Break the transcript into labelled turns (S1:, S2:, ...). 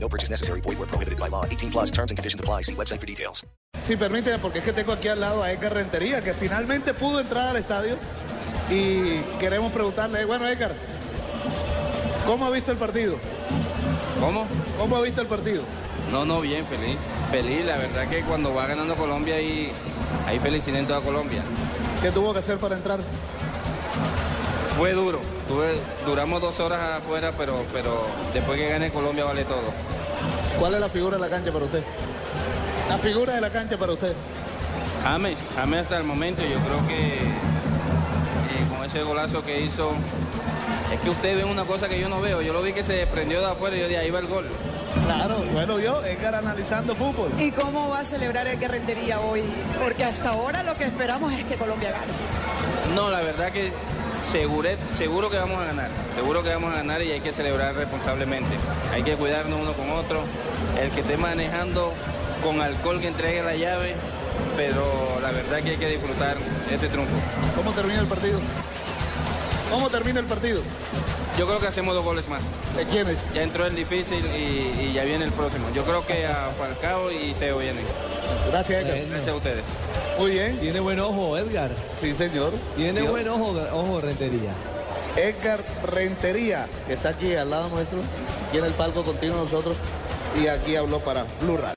S1: No purchase necessary. Void where prohibited by law. 18 plus terms and conditions apply. See website for details.
S2: Si permiten, porque es que tengo aquí al lado a Edgar Rentería, que finalmente pudo entrar al estadio. Y queremos preguntarle, bueno, Edgar, ¿cómo ha visto el partido?
S3: ¿Cómo?
S2: ¿Cómo ha visto el partido?
S3: No, no, bien, feliz. Feliz, la verdad que cuando va ganando Colombia hay, hay felicidad en toda Colombia.
S2: ¿Qué tuvo que hacer para entrar?
S3: Fue duro, tuve- duramos dos horas afuera, pero, pero después que gane Colombia vale todo.
S2: ¿Cuál es la figura de la cancha para usted? La figura de la cancha para usted.
S3: James, James hasta el momento, yo creo que eh, con ese golazo que hizo, es que usted ve una cosa que yo no veo, yo lo vi que se desprendió de afuera y yo de ahí va el gol.
S2: Claro, bueno, yo, Edgar analizando fútbol.
S4: ¿Y cómo va a celebrar el Guerrentería hoy? Porque hasta ahora lo que esperamos es que Colombia gane.
S3: No, la verdad que seguro, seguro que vamos a ganar, seguro que vamos a ganar y hay que celebrar responsablemente. Hay que cuidarnos uno con otro. El que esté manejando con alcohol que entregue la llave, pero la verdad que hay que disfrutar este triunfo.
S2: ¿Cómo termina el partido? ¿Cómo termina el partido?
S3: Yo creo que hacemos dos goles más.
S2: ¿De quiénes?
S3: Ya entró el difícil y, y ya viene el próximo. Yo creo que a Falcao y Teo vienen.
S2: Gracias, Edgar.
S3: Gracias a ustedes.
S2: Muy bien.
S5: Tiene buen ojo, Edgar.
S2: Sí, señor.
S5: Tiene
S2: Yo-
S5: buen ojo, ojo, Rentería.
S2: Edgar Rentería, que está aquí al lado nuestro, tiene el palco continuo nosotros, y aquí habló para Blue Radio.